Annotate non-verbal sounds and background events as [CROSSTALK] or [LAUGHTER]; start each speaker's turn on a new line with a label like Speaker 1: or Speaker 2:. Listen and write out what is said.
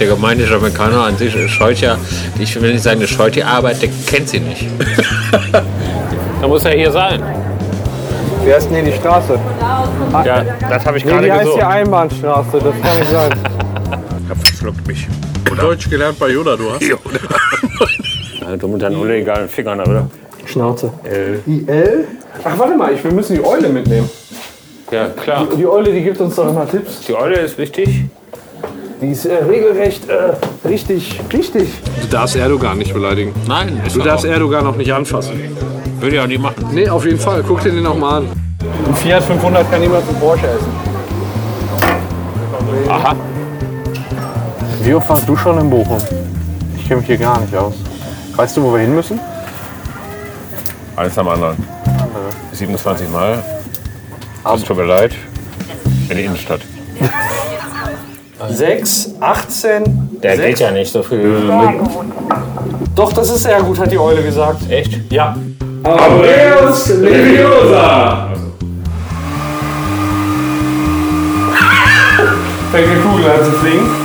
Speaker 1: der gemeine Jamaikaner an sich scheut ja, ich will nicht sagen, der scheut die Arbeit, der kennt sie nicht.
Speaker 2: [LAUGHS] Da muss er hier sein.
Speaker 3: Wie heißt denn hier die Straße?
Speaker 2: Ja, das habe ich
Speaker 3: Nee,
Speaker 2: gerade
Speaker 3: die heißt
Speaker 2: gesucht.
Speaker 3: die Einbahnstraße, das kann nicht sein.
Speaker 4: [LAUGHS]
Speaker 1: Er verschluckt mich.
Speaker 5: Deutsch gelernt bei Yoda,
Speaker 6: [LAUGHS]
Speaker 5: du hast.
Speaker 2: Ja, du mit deinen illegalen Fingern, oder?
Speaker 3: Schnauze. IL? Ach, warte mal, ich, wir müssen die Eule mitnehmen.
Speaker 2: Ja, klar.
Speaker 3: Die Eule, die gibt uns doch immer Tipps.
Speaker 2: Die Eule ist wichtig.
Speaker 3: Die ist äh, regelrecht, äh, richtig, richtig.
Speaker 5: Du darfst Erdogan nicht beleidigen.
Speaker 1: Nein, ist
Speaker 5: Du
Speaker 1: doch
Speaker 5: darfst Erdogan noch nicht anfassen.
Speaker 1: auch- würde ich auch nie machen.
Speaker 5: Nee, auf jeden Fall. Guck dir den noch mal an.
Speaker 3: Ein Fiat 500 kann niemand einen Porsche essen.
Speaker 4: Wie oft warst du schon in Bochum? Ich kenne mich hier gar nicht aus. Weißt du, wo wir hin müssen?
Speaker 6: Eins am anderen. 27 Mal. Es tut mir leid. In die Innenstadt.
Speaker 3: 6, 18.
Speaker 2: Der geht ja nicht so viel.
Speaker 3: Doch, das ist sehr gut, hat die Eule gesagt.
Speaker 2: Echt?
Speaker 3: Ja. Fängt eine Kugel an zu fliegen.